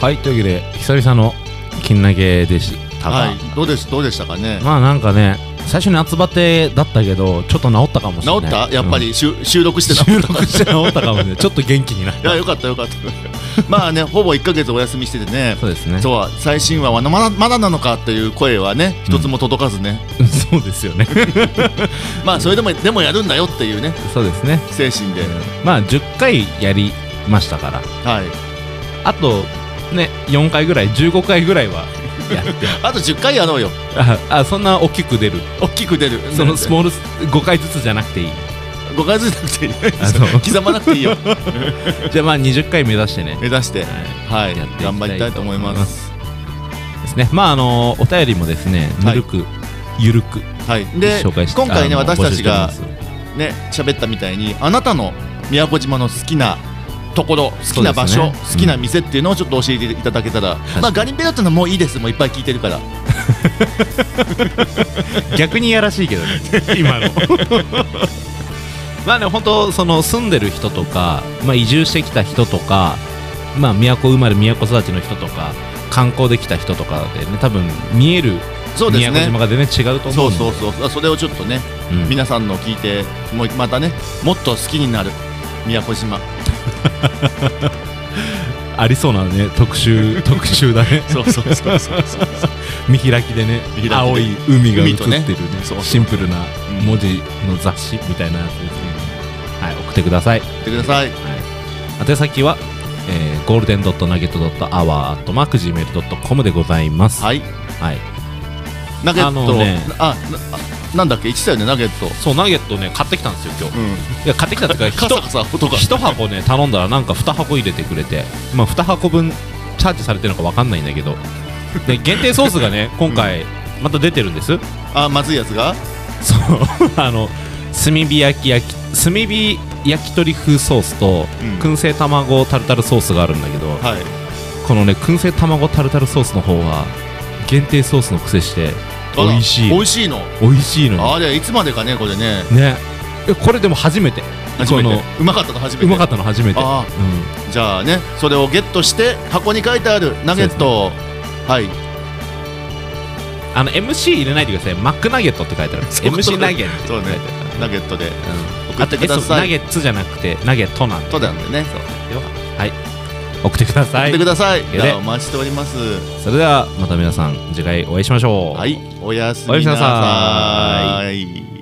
S2: はいというわけで久々の金投げでしたが、
S1: はい、どうですどうでしたかね、
S2: まあなんかね最初に夏バテだったけどちょっと治ったかもしれな
S1: 治
S2: い
S1: ったやっぱ
S2: うん
S1: り、しゅ収録してた
S2: 収録して治ったかもしれ ないちょっと元気になっ
S1: いやよかったよかったまあねほぼ1か月お休みしててね
S2: たそうですね
S1: そうは最新話はまだまだなのかっていう声はね一つも届かずね、
S2: うそうです よね
S1: まあそれでもでもやるんだよっていうね
S2: そうですね
S1: 精神で、
S2: まあ10回やりましたから
S1: はい
S2: あとね4回ぐらい15回ぐらいはやって
S1: あと10回やろうよ
S2: ああそんな大きく出る
S1: 大きく出る
S2: そのスモールス5回ずつじゃなくていい
S1: 誤解ずなくていい
S2: あの
S1: 刻まなくていい よ
S2: じゃあまあ20回目指してね
S1: 目指して
S2: は
S1: はいい
S2: やっていきたいと
S1: 頑張りたいと思います
S2: ですねまああのお便りもですねぬ
S1: はい
S2: るく、ゆるく
S1: はいで
S2: 紹介して
S1: 今回ね
S2: あの
S1: 私たちが
S2: 募集しております
S1: ね喋ったみたいにあなたの宮古島の好きなところ好きな場
S2: そ
S1: 所、
S2: うですね
S1: 好きな店っていうのをちょっと教えていただけたら、
S2: に
S1: まあガリンベラってのはもういいですもういっぱい聞いてるから
S2: 逆にやらしいけど ね今のまあね本当その住んでる人とか、まあ、移住してきた人とか、まあ、都生まれ都育ちの人とか観光できた人とかでね多分見える
S1: そうですね
S2: 宮古島が全然違うと思
S1: そううん
S2: で
S1: そうそうあそれをちょっとね、
S2: うん
S1: 皆さんの聞いてもうまたねもっと好きになる宮古島
S2: ありそうなね 特集特集だね
S1: そう そうそうそうそう
S2: 見開きでね
S1: 見開きで
S2: 青い海が映
S1: 海
S2: っ
S1: と
S2: てる
S1: ね
S2: ね
S1: そうそう
S2: シンプルな
S1: うん
S2: 文字の雑誌みたいなやつですね、はい送ってください
S1: ってください
S2: はい、宛先は、えー、ゴールデンドットナゲットドットアワーとマーク Gmail.com でございます。
S1: はい
S2: はい
S1: ナゲット
S2: あのね
S1: あなあなんだっけ言ってたよねナゲット
S2: そう、ナゲットね、買ってきたんですよ、今日。
S1: うん
S2: いや、買ってきたっていう
S1: カ
S2: か、
S1: サカサ音が
S2: 一一箱ね、頼んだらなんか2箱入れてくれて、まあ、2箱分チャージされてるのかわかんないんだけど、で限定ソース がね、今回、また出てるんです。
S1: あまずいやつが
S2: そう、 あの、炭火焼き焼き、炭火焼き鳥風ソースと、
S1: うん
S2: 燻製卵タルタルソースがあるんだけど、
S1: はい
S2: このね燻製卵タルタルソースの方は限定ソースの癖して
S1: あら
S2: 美味しい
S1: 美味しいの
S2: 美味しいの
S1: あれいつまでかねこれね
S2: にねえこれでも初めて
S1: 初め
S2: こ
S1: て
S2: の
S1: うまかったの初めて
S2: うまかったの初めて
S1: あ
S2: う
S1: じゃあねそれをゲットして箱に書いてあるナゲットをはい
S2: ん、あの MC 入れないでくださいマックナゲットって書いてある
S1: そう
S2: MC ナゲッ
S1: そ
S2: ト
S1: う
S2: って
S1: ね
S2: 書いてあ
S1: ナ
S2: る
S1: ゲットで
S2: うん
S1: 送ってくだ
S2: あとえそ
S1: さ
S2: うナ
S1: い
S2: ゲッツじゃなくてナゲットなんで
S1: そうなんでね
S2: よはい送ってくださ
S1: 送っ
S2: い
S1: てください
S2: け
S1: じ
S2: ど
S1: ゃあお待ちしております
S2: それではまた皆さん次回お会いしましょう
S1: はいおやす
S2: おや
S1: み
S2: す
S1: な
S2: みなさ
S1: さい